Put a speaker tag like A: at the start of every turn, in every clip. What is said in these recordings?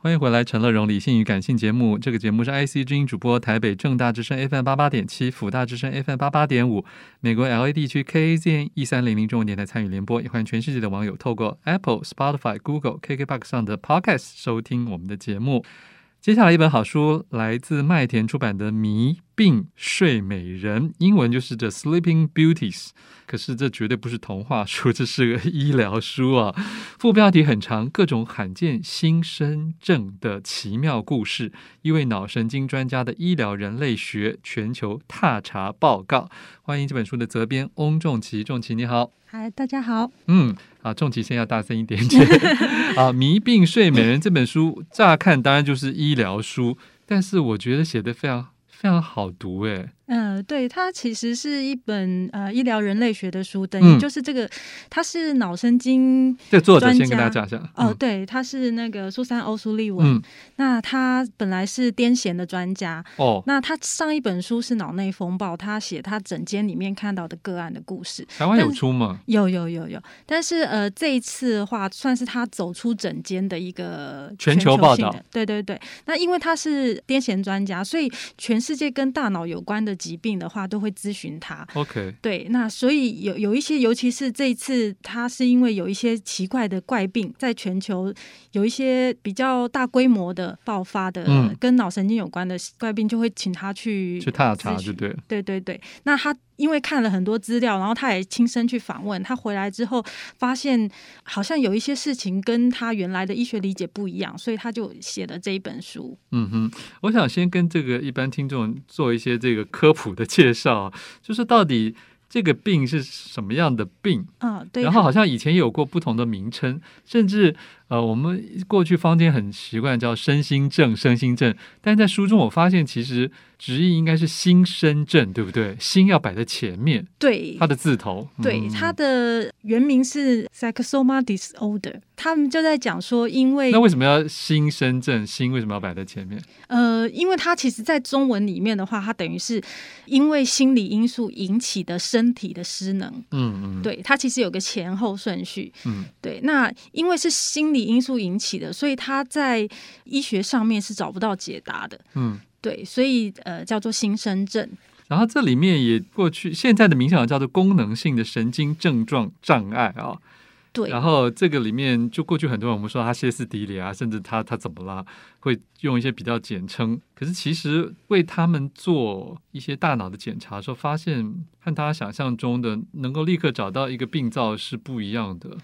A: 欢迎回来，《陈乐融理性与感性》节目。这个节目是 IC 之音主播，台北正大之声 FM 八八点七，辅大之声 FM 八八点五，美国 LA 地区 KAZN 一三零零中文电台参与联播。也欢迎全世界的网友透过 Apple、Spotify、Google、KKBox 上的 Podcast 收听我们的节目。接下来一本好书来自麦田出版的《迷病睡美人》，英文就是《The Sleeping Beauties》。可是这绝对不是童话书，这是个医疗书啊！副标题很长，各种罕见新生症的奇妙故事，一位脑神经专家的医疗人类学全球踏查报告。欢迎这本书的责编翁仲奇，仲奇你好。
B: 嗨，大家好。
A: 嗯，啊，仲奇先要大声一点 点啊！《迷病睡美人》这本书，乍看当然就是医疗书，但是我觉得写的非常非常好读欸诶。
B: 嗯、对，它其实是一本呃医疗人类学的书，等
A: 嗯
B: 于就是这个，它是脑神经
A: 这个作者先
B: 专
A: 跟大
B: 家
A: 家讲一下，
B: 哦，
A: 嗯
B: 对，他是那个苏珊·欧苏利文。
A: 嗯
B: 那他本来是癫痫的专家，
A: 哦，
B: 那他上一本书是《脑内风暴》，他写他整间里面看到的个案的故事。
A: 台湾有
B: 但是
A: 出吗？
B: 有有有有，但是呃，这一次的话，算是他走出整间的一个
A: 全球
B: 球
A: 报
B: 性的
A: 道。
B: 对对对，那因为他是癫痫专家，所以全世界跟大脑有关的疾病的话，都会咨询他。
A: OK，
B: 对，那所以有有一些，尤其是这一次，他是因为有一些奇怪的怪病，在全球有一些比较大规模的爆发的，
A: 嗯
B: 跟脑神经有关的怪病，就会请他去
A: 去踏查
B: 咨
A: 就
B: 询
A: 对了。
B: 对对对，那他因为看了很多资料，然后他也亲身去访问，他回来之后发现好像有一些事情跟他原来的医学理解不一样，所以他就写了这一本书。
A: 嗯哼，我想先跟这个一般听众做一些这个科普的介绍啊， 就是到底这个病是什么样的病，
B: 啊，对，
A: 然后好像以前也有过不同的名称，甚至呃，我们过去坊间很习惯叫身心症、身心症，但在书中我发现其实直译应该是心身症，对不对？心要摆在前面，
B: 对
A: 它的字头。
B: 对，
A: 嗯
B: 它的原名是 psychosoma disorder，他们就在讲说，因为
A: 那为什么要心身症？心为什么要摆在前面？
B: 呃，因为它其实在中文里面的话，它等于是因为心理因素引起的身体的失能，
A: 嗯嗯，
B: 对，它其实有个前后顺序，
A: 嗯
B: 对，那因为是心理因素引起的，所以它在医学上面是找不到解答的，
A: 嗯。
B: 对，所以呃叫做新生症，
A: 然后这里面也过去现在的冥想叫做功能性的神经症状障碍啊、
B: 对，
A: 然后这个里面就过去很多人我们说他歇斯底里啊，甚至他他怎么啦，会用一些比较简称。可是其实为他们做一些大脑的检查的时候，发现和大家想象中的能够立刻找到一个病灶是不一样的。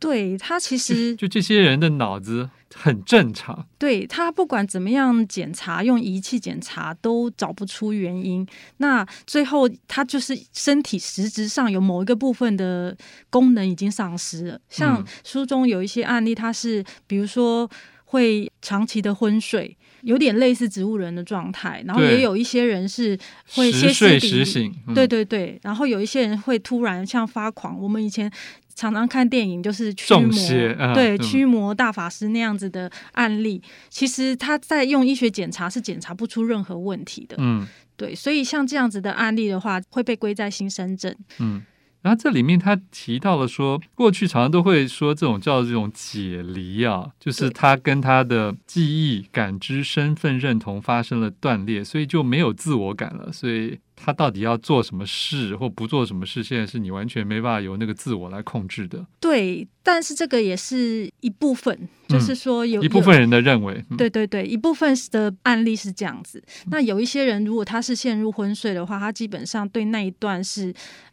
B: 对，它其实
A: 就这些人的脑子很正常，
B: 对他不管怎么样检查，用仪器检查都找不出原因。那最后他就是身体实质上有某一个部分的功能已经丧失了。像
A: 嗯
B: 书中有一些案例，他是比如说会长期的昏睡，有点类似植物人的状态。然后
A: 对
B: 也有一些人是会
A: 时
B: 歇
A: 睡
B: 斯
A: 时
B: 底里。
A: 醒。嗯
B: 对，对对，然后有一些人会突然像发狂。我们以前常常看电影，就是驱
A: 中
B: 魔，
A: 邪啊
B: 对
A: 嗯
B: 驱魔大法师那样子的案例，其实他在用医学检查是检查不出任何问题的。
A: 嗯
B: 对，所以像这样子的案例的话，会被归在新生症。
A: 嗯。然后这里面他提到了说，过去常常都会说这种叫这种解离啊，就是
B: 对
A: 他跟他的记忆、感知、身份认同发生了断裂，所以就没有自我感了。所以他到底要做什么事或不做什么事，现在是你完全没办法由那个自我来控制的。
B: 对，但是这个也是一部分，就是说有、
A: 嗯一部
B: 有
A: 分人的认为，嗯
B: 对对对，一部分的案例是这样子。那有一些人，如果他是陷入昏睡的话，他基本上对那一段是，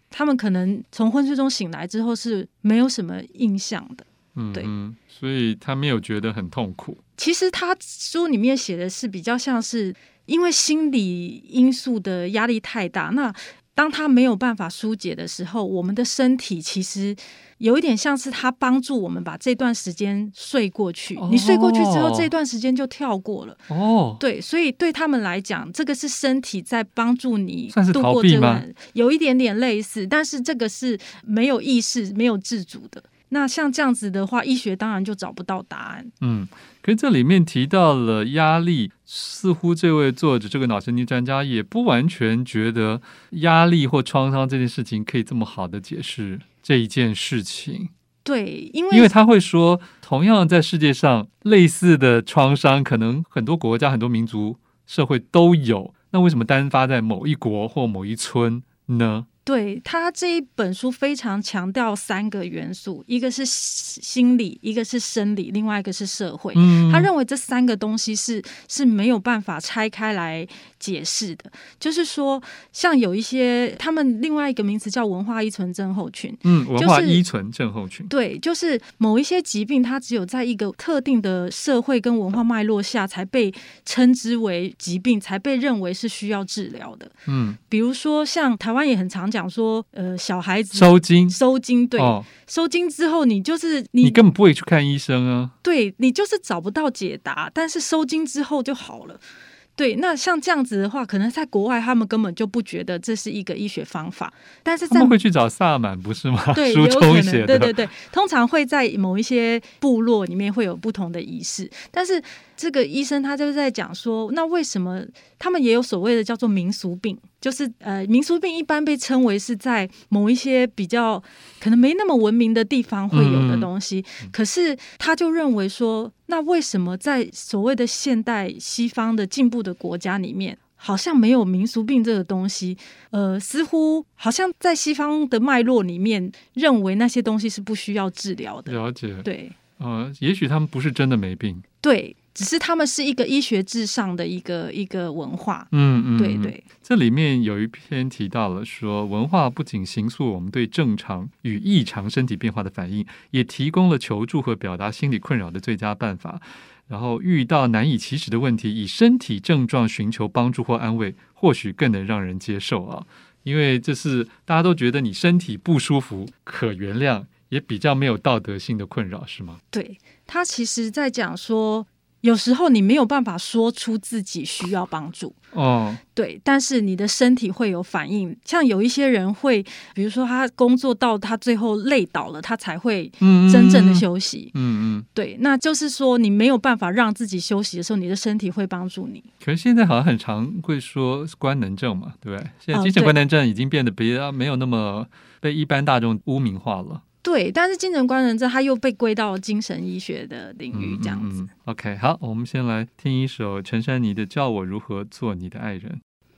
B: 他们可能从昏睡中醒来之后是没有什么印象的。
A: 嗯
B: 对
A: 嗯，所以他没有觉得很痛苦。
B: 其实他书里面写的是比较像是因为心理因素的压力太大，那当他没有办法疏解的时候，我们的身体其实有一点像是他帮助我们把这段时间睡过去。你睡过去之
A: 哦
B: 后，这段时间就跳过了。
A: 哦，
B: 对，所以对他们来讲，这个是身体在帮助你
A: 算是
B: 度
A: 逃
B: 过
A: 避
B: 这
A: 吗
B: 段，有一点点类似，但是这个是没有意识、没有自主的。那像这样子的话，医学当然就找不到答案。
A: 嗯，可是这里面提到了压力，似乎这位作者这个脑神经专家也不完全觉得压力或创伤这件事情可以这么好的解释这一件事情。
B: 对，因为
A: 因为他会说，同样在世界上类似的创伤，可能很多国家、很多民族、社会都有，那为什么单发在某一国或某一村呢？
B: 对他这一本书非常强调三个元素，一个是心理，一个是生理，另外一个是社会。
A: 嗯，
B: 他认为这三个东西是是没有办法拆开来解释的，就是说，像有一些他们另外一个名词叫文化依存症候群，
A: 嗯，文化
B: 就是
A: 依存症候群，
B: 对，就是某一些疾病，它只有在一个特定的社会跟文化脉络下才被称之为疾病，才被认为是需要治疗的。
A: 嗯，
B: 比如说，像台湾也很常讲说，呃，小孩子
A: 收精，
B: 收精，对，
A: 哦，
B: 收精之后，你就是
A: 你
B: 你，
A: 根本不会去看医生啊，
B: 对你就是找不到解答，但是收精之后就好了。对，那像这样子的话，可能在国外他们根本就不觉得这是一个医学方法，但是
A: 他
B: 在
A: 们会去找萨满，不是吗？
B: 对，
A: 书
B: 有可
A: 中
B: 能，
A: 写
B: 对
A: 的，
B: 对对，通常会在某一些部落里面会有不同的仪式，但是这个医生他就是在讲说，那为什么他们也有所谓的叫做民俗病？就是呃，民俗病一般被称为是在某一些比较可能没那么文明的地方会有
A: 嗯
B: 的东西，可是他就认为说，那为什么在所谓的现代西方的进步的国家里面，好像没有民俗病这个东西？呃，似乎好像在西方的脉络里面，认为那些东西是不需要治疗的。
A: 了解，
B: 对
A: 呃，也许他们不是真的没病，
B: 对，只是他们是一个医学至上的一个一个文化。
A: 嗯嗯，
B: 对
A: 嗯。
B: 对
A: 这里面有一篇提到了说，文化不仅形塑我们对正常与异常身体变化的反应，也提供了求助和表达心理困扰的最佳办法。然后遇到难以启齿的问题，以身体症状寻求帮助或安慰，或许更能让人接受啊。因为这是大家都觉得你身体不舒服可原谅，也比较没有道德性的困扰，是吗？
B: 对，他其实在讲说，有时候你没有办法说出自己需要帮助。
A: 哦，
B: 对，但是你的身体会有反应，像有一些人会，比如说他工作到他最后累倒了，他才会
A: 嗯，
B: 真正的，休息。
A: 嗯嗯。
B: 对，那就是说你没有办法让自己休息的时候，你的身体会帮助你。
A: 可是现在好像很常会说官能症嘛，对不对？现在
B: 哦
A: 精神
B: 对
A: 官能症已经变得比较没有那么被一般大众污名化了。
B: 对，但是精神官能症它又被归到精神医学的领域，这样
A: 嗯嗯
B: 子。
A: 嗯 OK，好，我们先来听一首陈珊妮的《叫我如何做你的爱人》。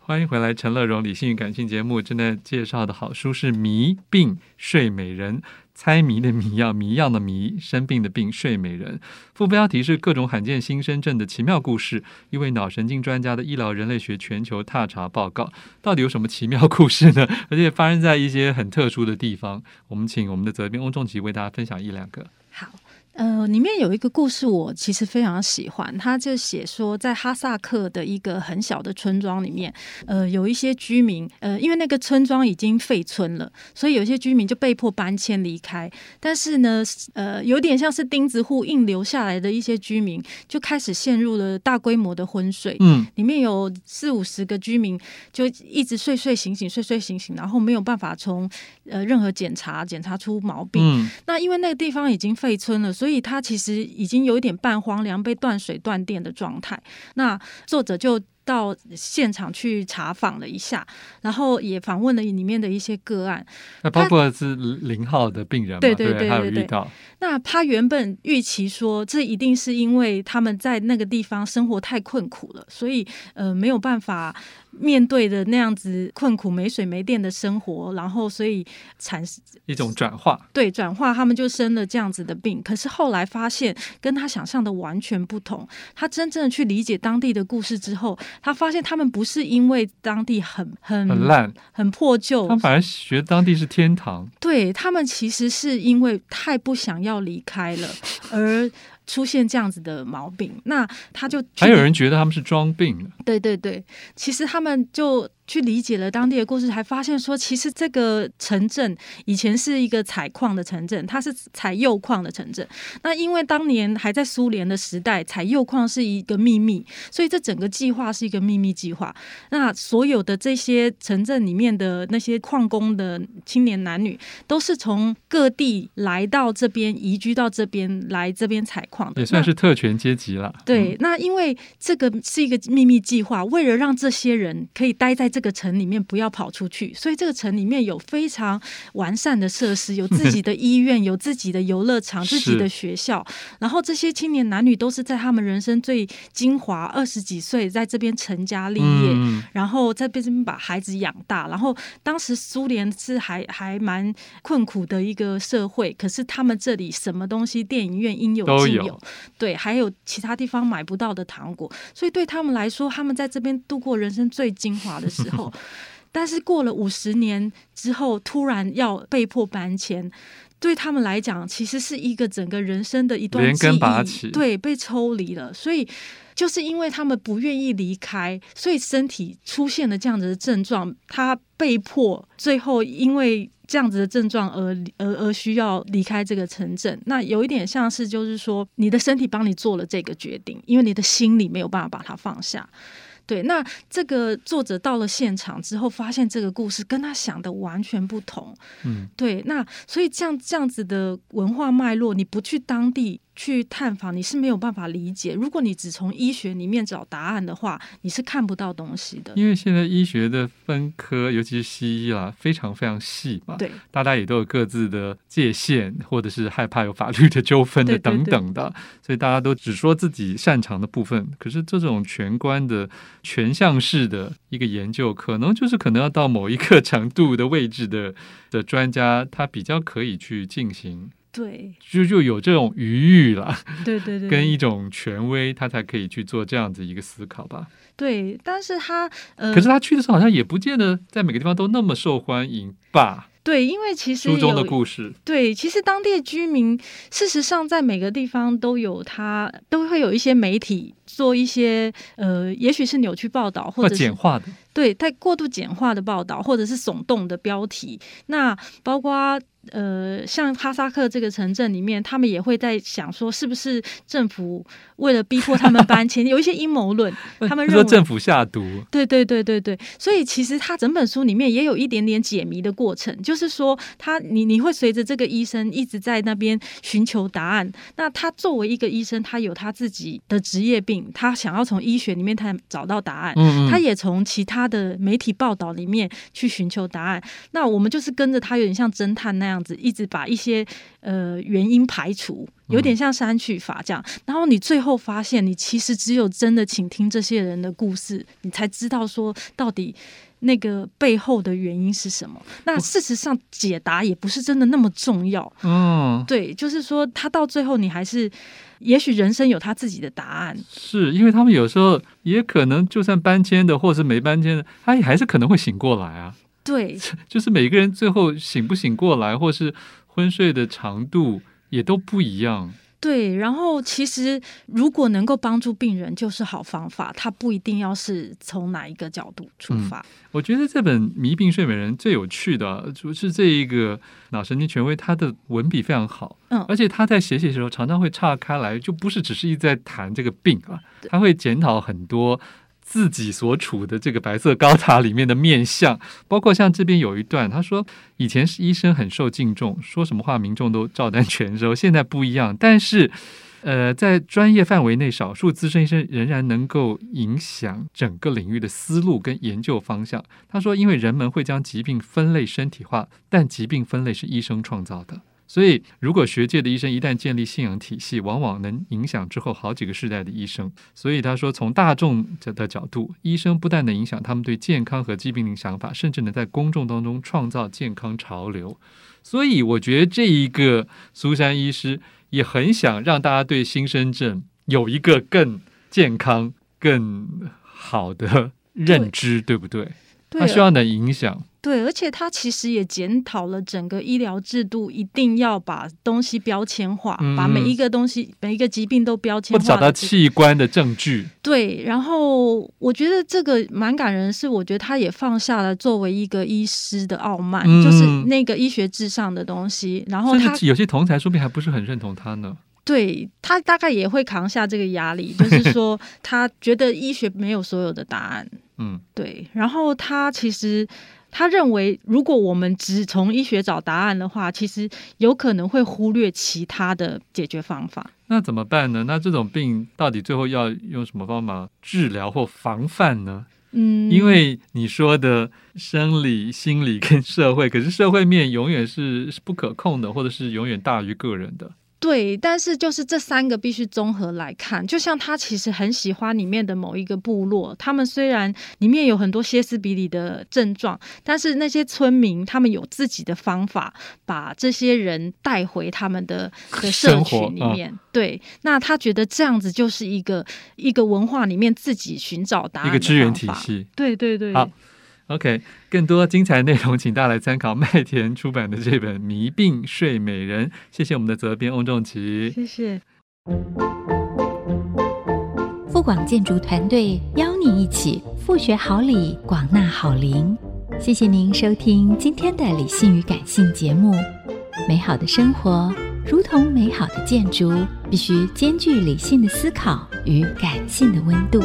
A: 欢迎回来，陈乐荣理性与感性节目正在介绍的好书是《迷病睡美人》，猜谜的谜要谜样的谜，生病的病睡美人。副标题是各种罕见新生症的奇妙故事，一位脑神经专家的医疗人类学全球踏查报告。到底有什么奇妙故事呢？ 而且发生在一些很特殊的地方。我们请我们的责编翁仲琪为大家分享一两个。
B: 好，呃，里面有一个故事，我其实非常喜欢。他就写说，在哈萨克的一个很小的村庄里面，呃，有一些居民，呃，因为那个村庄已经废村了，所以有些居民就被迫搬迁离开。但是呢，呃，有点像是钉子户硬留下来的一些居民，就开始陷入了大规模的昏睡。
A: 嗯，
B: 里面有四五十个居民，就一直睡睡醒醒睡睡醒醒，然后没有办法从呃任何检查检查出毛病。
A: 嗯
B: 那因为那个地方已经废村了，所以它其实已经有一点半荒凉、被断水断电的状态。那作者就到现场去查访了一下，然后也访问了里面的一些个案。
A: 那包括是零号的病人嘛，
B: 对
A: 对
B: 对
A: 不
B: 对
A: 他有
B: 对
A: 遇
B: 对
A: 到，
B: 那他原本预期说，这一定是因为他们在那个地方生活太困苦了，所以呃没有办法面对的那样子困苦、没水没电的生活，然后所以产
A: 一种转化。
B: 对，转化他们就生了这样子的病。可是后来发现跟他想象的完全不同。他真正去理解当地的故事之后，他发现他们不是因为当地很很
A: 很烂，
B: 很破
A: 他
B: 旧
A: 们，反而觉得当地是天堂。
B: 对他们其实是因为太不想要离开了而。出现这样子的毛病，那他就去
A: 还有人觉得他们是装病的，
B: 对对对，其实他们就去理解了当地的故事，才发现说，其实这个城镇以前是一个采矿的城镇，它是采铀矿的城镇。那因为当年还在苏联的时代，采铀矿是一个秘密，所以这整个计划是一个秘密计划。那所有的这些城镇里面的那些矿工的青年男女，都是从各地来到这边移居到这边来这边采矿的，
A: 也算
B: 那
A: 是特权阶级了。
B: 对，那因为这个是一个秘密计划，为了让这些人可以待在这个城里面不要跑出去，所以这个城里面有非常完善的设施，有自己的医院，有自己的游乐场，自己的学校，然后这些青年男女都是在他们人生最精华二十几岁在这边成家立业，
A: 嗯，
B: 然后在这边把孩子养大。然后当时苏联是还还蛮困苦的一个社会，可是他们这里什么东西电影院应有
A: 都
B: 尽
A: 有
B: 有，对，还有其他地方买不到的糖果，所以对他们来说，他们在这边度过人生最精华的时候。但是过了五十年之后，突然要被迫搬迁，对他们来讲，其实是一个整个人生的一段
A: 连根
B: 记忆
A: 拔起
B: 对，被抽离了。所以就是因为他们不愿意离开，所以身体出现了这样子的症状，他被迫最后因为。这样子的症状而而而需要离开这个城镇，那有一点像是就是说，你的身体帮你做了这个决定，因为你的心里没有办法把它放下。对，那这个作者到了现场之后，发现这个故事跟他想的完全不同。
A: 嗯，
B: 对，那所以这样这样子的文化脉络，你不去当地去探访，你是没有办法理解。如果你只从医学里面找答案的话，你是看不到东西的。
A: 因为现在医学的分科，尤其是西医啦，非常非常细嘛，
B: 对，
A: 大家也都有各自的界限，或者是害怕有法律的纠纷的
B: 对对
A: 等等的，所以大家都只说自己擅长的部分。可是这种全观的全项式的一个研究，可能就是可能要到某一个程度的位置的的专家，他比较可以去进行，
B: 对，
A: 就就有这种余裕啦，
B: 对对对，
A: 跟一种权威，他才可以去做这样子一个思考吧。
B: 对，但是他呃，
A: 可是他去的时候，好像也不见得在每个地方都那么受欢迎吧。
B: 对，因为其实
A: 书中的
B: 有
A: 故事，
B: 对，其实当地居民事实上在每个地方都有他，都会有一些媒体做一些呃，也许是扭曲报道，或
A: 或
B: 者是
A: 简化的，
B: 对太过度简化的报道，或者是耸动的标题。那包括呃，像哈萨克这个城镇里面，他们也会在想说，是不是政府为了逼迫他们 搬迁，有一些阴谋论， 他们认
A: 说
B: 为
A: 政府下毒，
B: 对对对对对，所以其实他整本书里面也有一点点解谜的过程，就是说他你你会随着这个医生一直在那边寻求答案。那他作为一个医生，他有他自己的职业病，他想要从医学里面他找到答案。
A: 嗯
B: 他也从其他的媒体报道里面去寻求答案。那我们就是跟着他，有点像侦探那样子，一直把一些呃原因排除，有点像删去法这样。然后你最后发现，你其实只有真的倾听这些人的故事，你才知道说到底。那个背后的原因是什么？那事实上解答也不是真的那么重要，
A: 嗯，
B: 对，就是说他到最后你还是，也许人生有他自己的答案，
A: 是因为他们有时候也可能就算搬迁的，或是没搬迁的，他也还是可能会醒过来啊。
B: 对，
A: 就是每个人最后醒不醒过来，或是昏睡的长度也都不一样。
B: 对，然后其实如果能够帮助病人，就是好方法。它不一定要是从哪一个角度出
A: 嗯
B: 发。
A: 我觉得这本《迷病睡美人》最有趣的啊就是这一个脑神经权威，他的文笔非常好，
B: 嗯
A: 而且他在写写的时候常常会岔开来，就不是只是一直在谈这个病啊，他会检讨很多自己所处的这个白色高塔里面的面相，包括像这边有一段，他说以前是医生很受敬重，说什么话民众都照单全收，现在不一样，但是。呃，在专业范围内，少数资深医生仍然能够影响整个领域的思路跟研究方向。他说，因为人们会将疾病分类身体化，但疾病分类是医生创造的。所以，如果学界的医生一旦建立信仰体系，往往能影响之后好几个世代的医生。所以他说，从大众的角度，医生不但能影响他们对健康和疾病的想法，甚至能在公众当中创造健康潮流。所以，我觉得这一个苏珊医师也很想让大家对新生症有一个更健康、更好的认知，对不对？他
B: 对啊
A: 希
B: 而，
A: 望能影响，
B: 对，而且它其实也检讨了整个医疗制度，一定要把东西标签化，把每
A: 嗯
B: 一个东西、每一个疾病都标签
A: 或
B: 化
A: 者找到
B: 的这个
A: 器官的证据。
B: 对，然后我觉得这个蛮感人，是我觉得他也放下了作为一个医师的傲慢，就是
A: 嗯
B: 那个医学至上的东西。然后
A: 甚
B: 他
A: 至有些同才说不定还不是很认同他呢。
B: 对他大概也会扛下这个压力，就 是说他觉得医学没有所有的答案，
A: 嗯，
B: 对，然后他其实。他认为，如果我们只从医学找答案的话，其实有可能会忽略其他的解决方法。
A: 那怎么办呢？那这种病到底最后要用什么方法治疗或防范呢？
B: 嗯，
A: 因为你说的生理、心理跟社会，可是社会面永远是是不可控的，或者是永远大于个人的。
B: 对，但是就是这三个必须综合来看。就像他其实很喜欢里面的某一个部落，他们虽然里面有很多歇斯底里的症状，但是那些村民他们有自己的方法，把这些人带回他们 的的社
A: 生活嗯
B: 群里面。对，那他觉得这样子就是一个一个文化里面自己寻找答案
A: 一
B: 的
A: 个支援
B: 方
A: 体
B: 啊法。
A: 系。
B: 对对对，
A: 好 OK，更多精彩内容，请大家来参考麦田出版的这本《迷病睡美人》。谢谢我们的责编翁仲琪。
B: 谢谢。
C: 富广建筑团队邀你一起复学好礼，广纳好邻。谢谢您收听今天的理性与感性节目。美好的生活如同美好的建筑，必须兼具理性的思考与感性的温度。